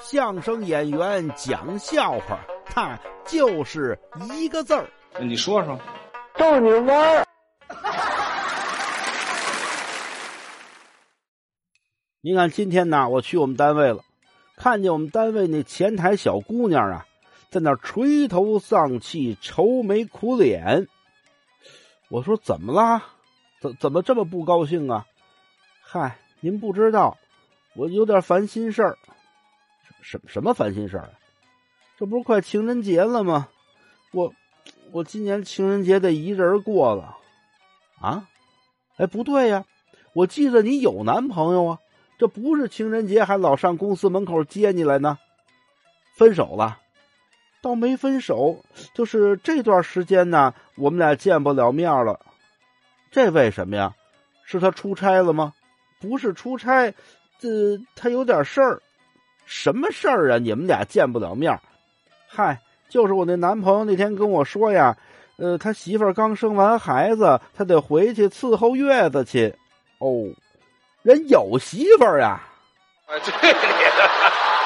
相声演员讲笑话，他就是一个字儿。你说说，逗你玩儿。你看今天呢，我去我们单位了，看见我们单位那前台小姑娘啊，在那儿垂头丧气、愁眉苦脸。我说怎么啦？怎怎么这么不高兴啊？嗨，您不知道，我有点烦心事儿。什什么烦心事儿、啊？这不是快情人节了吗？我我今年情人节得一人过了啊？哎，不对呀、我记着你有男朋友啊，这不是情人节还老上公司门口接你来呢？分手了？倒没分手，就是这段时间呢，我们俩见不了面了。这为什么呀？是他出差了吗？不是出差，这、他有点事儿。什么事儿啊？你们俩见不了面儿？嗨，就是我那男朋友那天跟我说呀，呃，他媳妇儿刚生完孩子，他得回去伺候月子去。哦，人有媳妇儿啊，啊，对你的，